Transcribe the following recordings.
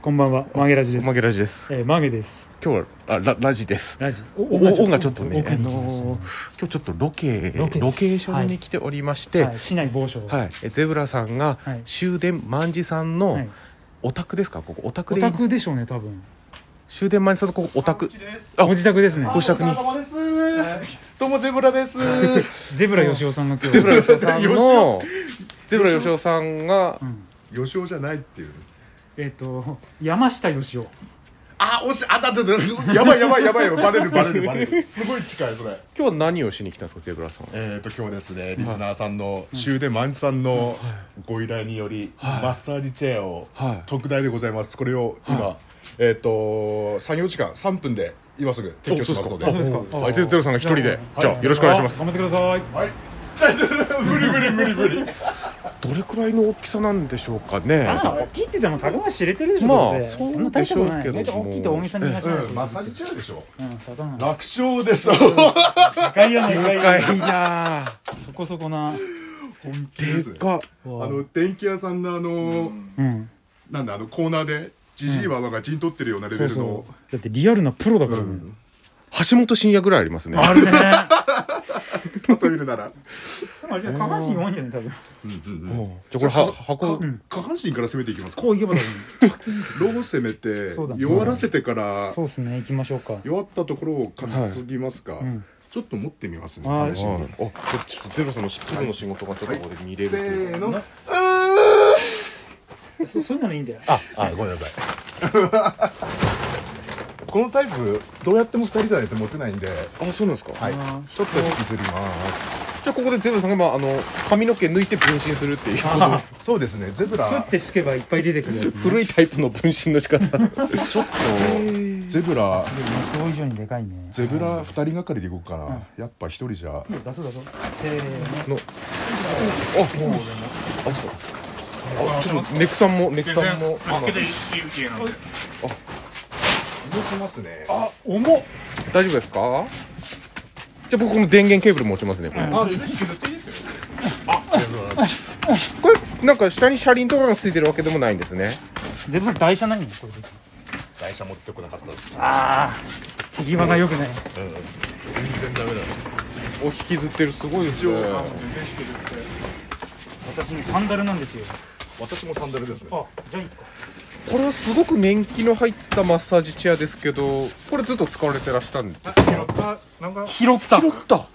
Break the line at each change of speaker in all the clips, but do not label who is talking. こんばんはマゲラジです
マゲラジです
えーマゲです
今日はあララジです
ラジお
お音がちょっとね、
奥
あ
に行きましたね
のー今日ちょっとロケ
ロ
ロ
ケです
ケーションに来ておりまして、は
はいい、市内某所
えゼブラさんが
はい
終電万次さん
は
の
い
お宅ですかここお宅
お
で
宅でしょうね多分
終電万次さんのここお宅
ご自宅ですね
ご自宅に
お疲れ様です。どうもゼブラ です。
ゼブラ吉尾さんが今
ゼブラ
日
吉尾さん
よ し
のゼブラ吉尾さんが
うん
吉尾じゃないっていう。
えっと山下吉尾
あ、惜しい。あ、だだだ。やばいやばいやばいやばい。バレるバレるバレる。 すごい近いそれ。
今日は何をしに来たんですかゼブラさん
えっと今日ですね、リスナーさんの終電満さんのご依頼によりマッサージチェアを
はい
特大でございます。これを今えっと三四時間三分で今すぐ提供しますので。
あ
は
そう
い
で
ですすか
かはいゼゼロさんが一人でじゃあよろしくお願いします
頑張ってください。
じゃあ 無理無理無理無理。
どれくらいの大きさなんでしょうかね
あ大きいってでも高橋知れてるでしょ
まあ
どうせ
そうん
な大したことない
でしょうけども
めっちゃ大きいと大げさに言いがちなんです
マッサージチェアでしょ。
けどうんそうだな
楽勝 です。
外野の外
深
野
いなあ
そこそこな
本気
で
ですね
かっ
あの電気屋さんのあの
うん
なんだあのコーナーでジジイは我が陣取ってるようなレ
そ
ベ
う
ル
そ
の
うだってリアルなプロだからね
ん
橋本真也ぐらいありますね
あ るね
例えるなら
でもあれじゃ下半身弱いんじゃない多分
うんじゃあこれは箱
下半身から攻めていきますか
こういけば多分
ロー攻めて
そうだね
弱らせてから
そうですね行きましょうか
弱ったところを担ぎますか
ん
ちょっと持ってみますね
はい
試し
はい
に、
あ、こっちゼロさんのしプロの仕事がちょっとここで見れると
せ
いう
ーの
なそそういうならいいんだよ
あごめんなさい このタイプどうやっても2人じゃないと持てないんで
あ、そうなんですか。
はい
あー
ちょっと引きずります
じゃあここでゼロさんがまああの髪の毛抜いて分身するっていうことです。
そうですねゼブラ
ふってつけばいっぱい出てくるやつ、ね、
古いタイプの分身の仕方。
ちょっとゼブラ
予想以上にでかいね
ゼブラ二人がかりでいこうかな、やっぱ一人じゃ
出そう出そうせーの
の、あ、あ、そう。あ、ちょっとネクさんもネクさんも。あ
動きますね
あ重っ
大丈夫ですか。じゃあ僕この電源ケーブル持ちますね。これ
あ、ぜひ削っていいですよあ、ありがとうございます
これなんか下に車輪とかがついてるわけでもないんですね。
全部台車ないのこれ
台車持ってこなかったです
ああ手際が良くない
全然ダメだ
お引きずってるすごいですね。
私ねサンダルなんですよ
私もサンダルですね
あじゃあいいか
これはすごく年季の入ったマッサージチェアですけど、これずっと使われてらしたんですか。
拾ったなんかち
拾った
拾った。
ょっ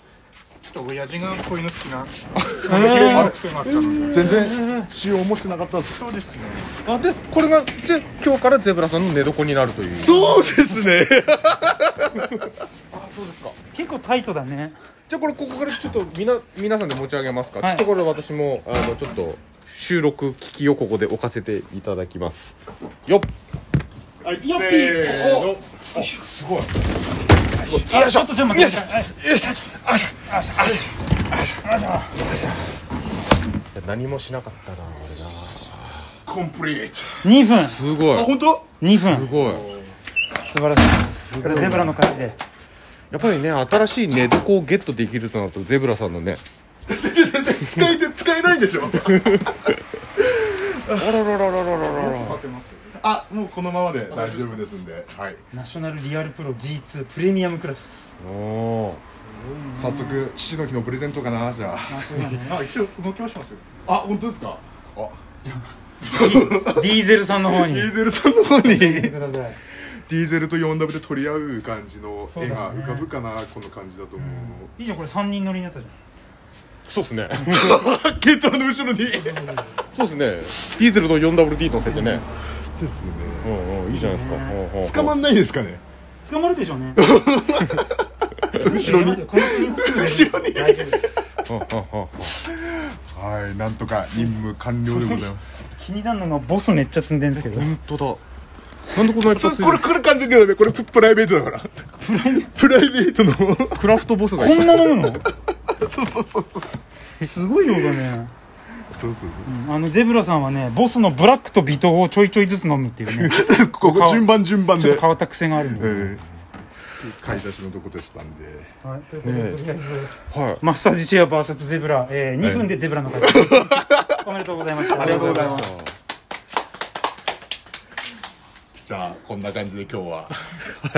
と親父がこういうの好きな
えー
癖があったので
全然使用もしてなかったです
そうですね
あでこれがで今日からゼブラさんの寝床になるというじ
そうですね
結構タイトだね
ゃあこれここからちょっとみな皆さんで持ち上げますか、
はい
ちょっとこれ私もあのちょっと収録機器をここで置かせていただきますよっ
はい、
よっぴー
せーのあすごい
よいしょちょっとちょっと待ってよいし
何もしなかったな俺な
コンプリート
ょ2分
すごい
あ、本当
2
す
分
ごい
素晴らしいこれゼブラの勝ちで
やっぱりね新しい寝床をゲットできるとなるとゼブラさんのね
使えて使えないでしょ
あらららららららら
分けます
あ、もうこのままで大丈夫ですんではい
ナショナルリアルプロ G2 プレミアムクラス
おー
早速、父の日のプレゼントかな、じゃあ
あそうだね
あ一応動きはしますよ
あ、本当ですかあ、
ディーゼルさんの方に
ディー
行
ゼルさんの方に
ってください
ディーゼルと 4W で取り合う感じの
そう
絵
だね
が浮かぶかな、この感じだと思う、
いいじゃんこれ3人乗りになったじゃん
そうっすね
軽トラの後ろに
そうっすねディーゼルと 4WD 乗せてね
ですね
うんうんいいじゃないですか、うんうん
捕まんないですかね
捕まるでしょうね
後ろに
この国後ろに大丈夫です
うんうんうん
はいなんとか任務完了でござい ます
気になるのがボスめっちゃ積んでんですけど
本当だなんでこんなに
これこれ完全にダメこれププライベートだからプライベートの
クラフトボスが
こんな飲むの
そうそうそう そうそう
すごい量だね
そうそう
あのゼブラさんはねボスのブラックと微糖をちょいちょいずつ飲むっていうね
ここ順番順番
ちょっ
で
と変わった癖があるので、
うん買い出しのとこでしたんで
はい、ということで、
ねえ
とりあえず
はい
マッサージチェア VS ゼブラ、えー、2分でゼブラの勝ちおめでとうございましたあ
ありがとうございますじゃあこんな感じで今日は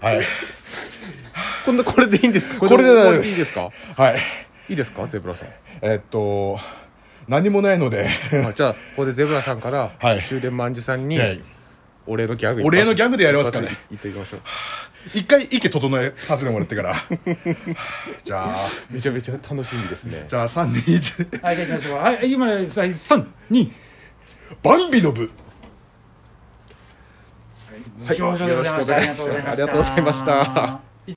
はい
こんなこれでいいんですか
これで
こいいですか
はい
いいですかゼブラさん、
えっと何もないので
あ、じゃあここでゼブラさんから、
はい
終電万事さんに、
はい
お礼のギャグ
お礼のギャグでやりますかね
言っていきましょう
一回意見整えさせてもらってから じゃあ
めちゃめちゃ楽しみですね
じゃあ321で
はい、じゃあ行きましょう。はい、今、はい三二
バンビの部
表情でございました。
よろしくお願いしますありがとうございました。